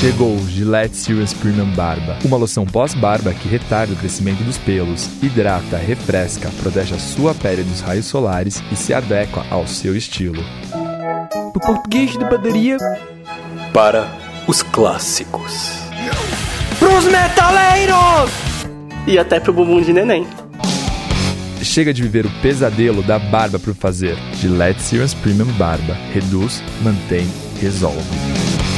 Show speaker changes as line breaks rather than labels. Chegou o Gillette Serious Premium Barba, uma loção pós-barba que retarda o crescimento dos pelos, hidrata, refresca, protege a sua pele dos raios solares e se adequa ao seu estilo.
Do português de padaria
para os clássicos.
pros metaleiros!
E até pro bumbum de neném.
Chega de viver o pesadelo da barba por fazer. Gillette Serious Premium Barba. Reduz, mantém, resolve.